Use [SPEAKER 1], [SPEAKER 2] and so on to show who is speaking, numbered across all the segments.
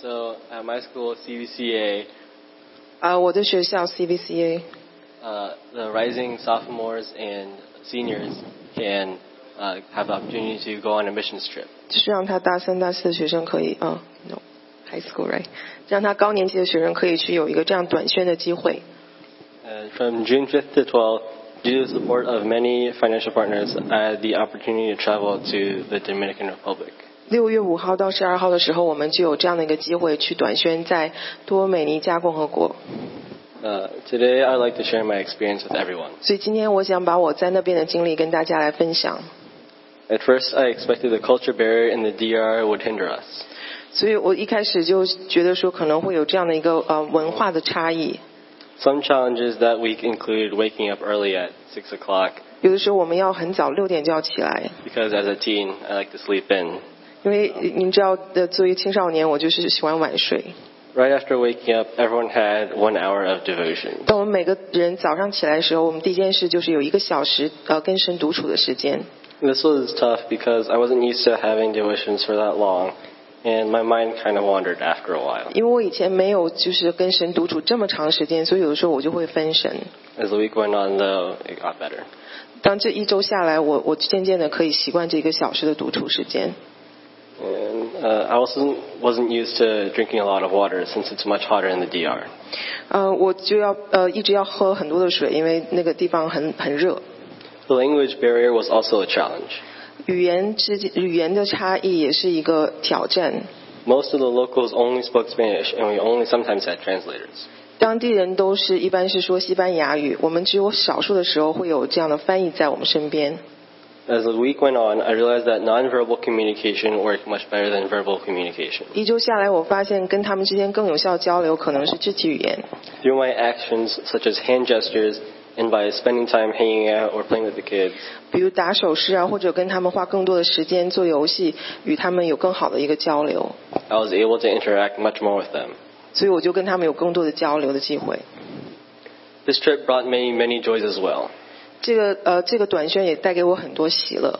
[SPEAKER 1] So at my school, CVCA,
[SPEAKER 2] 啊，我的学校 CVCA，
[SPEAKER 1] uh, the rising sophomores and seniors can uh, have the opportunity to go on a missions trip.
[SPEAKER 2] 就是让他大三、大四的学生可以啊，no high school right，让他高年级的学生可以去有一个这样短宣的机会。
[SPEAKER 1] Uh, from June 5th to 12th, due to the support of many financial partners, I had the opportunity to travel to the Dominican Republic.
[SPEAKER 2] 六月五号到十二号的时候，我们就有这样的一个机会去短宣在多美尼加共和国。
[SPEAKER 1] Uh, today, I'd like to share my experience with everyone.
[SPEAKER 2] 所以今天我想把我在那边的经历跟大家来分享。
[SPEAKER 1] At first, I expected the culture barrier in the DR would hinder us.
[SPEAKER 2] 所以我一开始就觉得说可能会有这样的一个呃文化的差异。
[SPEAKER 1] Some challenges that week included waking up early at 6 o'clock
[SPEAKER 2] 有的时候我们要很早六点就要起来，
[SPEAKER 1] because as a teen, I like to sleep in.
[SPEAKER 2] 因为呃您知道的，作为青少年，我就是喜欢晚睡。
[SPEAKER 1] Right after waking up, everyone had one hour of devotion.
[SPEAKER 2] 当我们每个人早上起来的时候，我们第一件事就是有一个小时呃跟神独处的时间。
[SPEAKER 1] This was tough because I wasn't used to having devotions for that long, and my mind kind of wandered after a while.
[SPEAKER 2] 因为我以前没有就是跟神独处这么长时间，所以有的时候我就会分神。
[SPEAKER 1] As the week went on, though, it got better.
[SPEAKER 2] 当这一周下来，我我渐渐的可以习惯这一个小时的独处时间。
[SPEAKER 1] And uh, I also wasn't used to drinking a lot of water since it's much hotter in the DR.
[SPEAKER 2] 呃，我就要呃一直要喝很多的水，因为那个地方很很热。
[SPEAKER 1] The language barrier was also a challenge.
[SPEAKER 2] 语言之间语言的差异也是一个挑战。
[SPEAKER 1] Most of the locals only spoke Spanish, and we only sometimes had translators.
[SPEAKER 2] 当地人都是一般是说西班牙语，我们只有少数的时候会有这样的翻译在我们身边。
[SPEAKER 1] As the week went on, I realized that nonverbal communication worked much better than verbal communication.
[SPEAKER 2] 一周下来，我发现跟他们之间更有效交流可能是肢体语言。
[SPEAKER 1] Through my actions, such as hand gestures, and by spending time hanging out or playing with the kids,
[SPEAKER 2] 比如打手势啊，或者跟他们花更多的时间做游戏，与他们有更好的一个交流，
[SPEAKER 1] I was able to interact much more with them.
[SPEAKER 2] 所以我就跟他们有更多的交流的机会。
[SPEAKER 1] This trip brought me many joys as well.
[SPEAKER 2] 这个呃，这个短宣也带给我很多喜乐。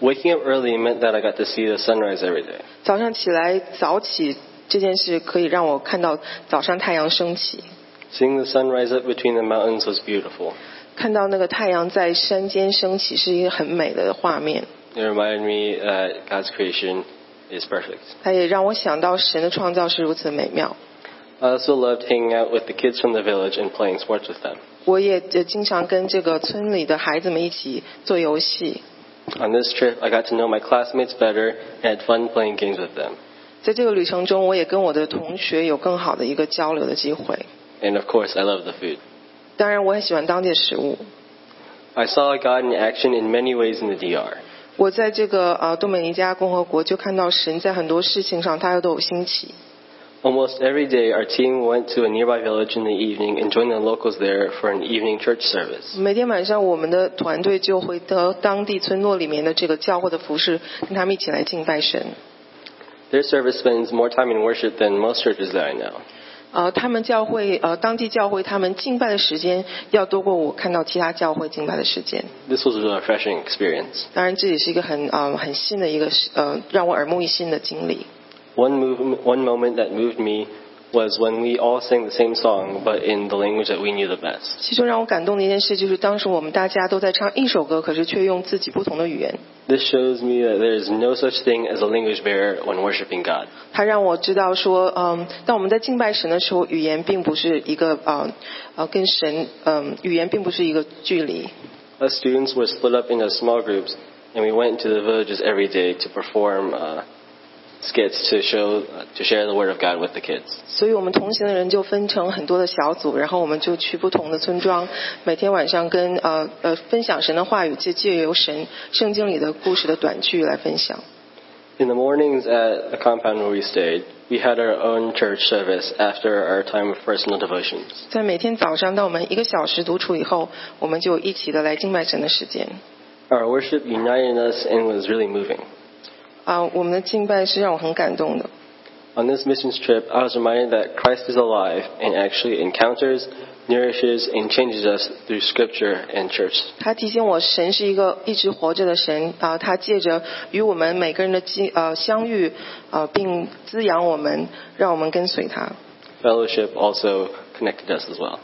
[SPEAKER 1] Waking up early meant that I got to see the sunrise every day.
[SPEAKER 2] 早上起来早起这件事可以让我看到早上太阳升起，
[SPEAKER 1] Seeing the sun rise up between the mountains was beautiful.
[SPEAKER 2] 看到那个太阳在山间升起是一个很美的画面。
[SPEAKER 1] It reminded me that God's creation is perfect.
[SPEAKER 2] 它也让我想到神的创造是如此美妙。
[SPEAKER 1] I also loved hanging out with the kids from the village and playing sports with them.
[SPEAKER 2] 我也呃经常跟这个村里的孩子们一起做游戏。
[SPEAKER 1] On this trip, I got to know my classmates better and had fun playing games with them.
[SPEAKER 2] 在这个旅程中，我也跟我的同学有更好的一个交流的机会。
[SPEAKER 1] And of course, I love the food.
[SPEAKER 2] 当然，我很喜欢当地的食物。
[SPEAKER 1] I saw God in action in many ways in the DR.
[SPEAKER 2] 我在这个呃多美尼加共和国就看到神在很多事情上他都有兴起。
[SPEAKER 1] Almost every day, our team went to a nearby village in the evening and joined the locals there for an evening church service.
[SPEAKER 2] 每天晚上，我们的团队就会到当地村落里面的这个教会的服饰，跟他们一起来敬拜神。
[SPEAKER 1] Their service spends more time in worship than most churches that I know.
[SPEAKER 2] 呃，他们教会呃当地教会他们敬拜的时间要多过我看到其他教会敬拜的时间。
[SPEAKER 1] This was a refreshing experience.
[SPEAKER 2] 当然，这也是一个很呃很新的一个呃让我耳目一新的经历。
[SPEAKER 1] One, move, one moment that moved me was when we all sang the same song, but in the language that we knew the best.
[SPEAKER 2] 其中让我感动的一件事就是，当时我们大家都在唱一首歌，可是却用自己不同的语言。
[SPEAKER 1] This shows me that there is no such thing as a language barrier when worshiping God.
[SPEAKER 2] 它让我知道说，嗯，当我们在敬拜神的时候，语言并不是一个呃呃跟神嗯、语言并不是一个距离。
[SPEAKER 1] Us students were split up into small groups, and we went to the villages every day to perform uh, skits to show to share the word of God with the kids.
[SPEAKER 2] 所以我们同行的人就分成很多的小组，然后我们就去不同的村庄，每天晚上跟呃呃分享神的话语，借借由神圣经里的故事的短句来分享。
[SPEAKER 1] In the mornings at the compound where we stayed, we had our own church service after our time of personal devotions.
[SPEAKER 2] 在每天早上，当我们一个小时独处以后，我们就一起的来敬拜神的时间。
[SPEAKER 1] Our worship united us and was really moving.
[SPEAKER 2] 啊、我们的敬拜是让我很感动的。
[SPEAKER 1] On this missions trip, I was reminded that Christ is alive and actually encounters, nourishes and changes us through Scripture and church.
[SPEAKER 2] 他提醒我，神是一个一直活着的神啊、他借着与我们每个人的机呃相遇呃，并滋养我们，让我们跟随他。
[SPEAKER 1] Fellowship also connected us as well.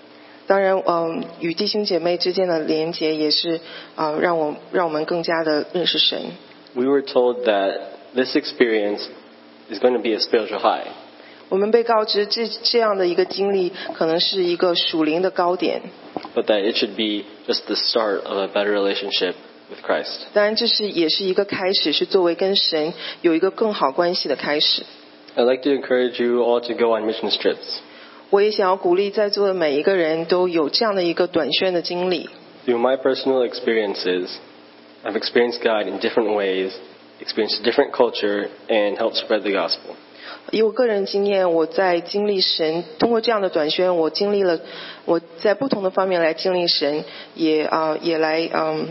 [SPEAKER 2] 当然，嗯、与弟兄姐妹之间的连结也是啊、呃让我让我们更加的认识神。
[SPEAKER 1] We were told that this experience is going to be a spiritual high.
[SPEAKER 2] 我们被告知这这样的一个经历，可能是一个属灵的高点。
[SPEAKER 1] but that it should be just the start of a better relationship with Christ.
[SPEAKER 2] 当然，这是也是一个开始，是作为跟神有一个更好关系的开始。
[SPEAKER 1] I'd like to encourage you all to go on missions trips.
[SPEAKER 2] 我也想要鼓励在座的每一个人都有这样的一个短宣的经历。
[SPEAKER 1] Through my personal experiences, I've experienced God in different ways, experienced different culture, and helped spread the gospel.
[SPEAKER 2] 以我个人经验，我在经历神，通过这样的短宣，我经历了我在不同的方面来经历神，也啊、也来嗯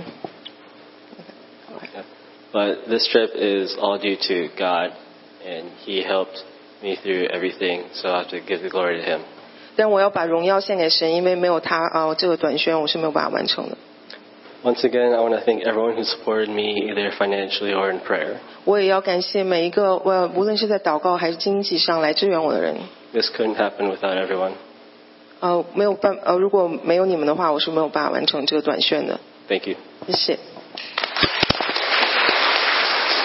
[SPEAKER 1] But this trip is all due to God, and He helped me through everything, so I have to give the glory to Him.
[SPEAKER 2] 但我要把荣耀献给神，因为没有他啊、这个短宣我是没有办法完成的。
[SPEAKER 1] Once again, I want to thank everyone who supported me, either financially or in prayer.
[SPEAKER 2] 我也要感谢每一个，我无论是在祷告还是经济上来支援我的人。
[SPEAKER 1] This couldn't happen without everyone.
[SPEAKER 2] 呃，没有办呃，如果没有你们的话，我是没有办法完成这个短宣的。
[SPEAKER 1] Thank you.
[SPEAKER 2] 谢谢。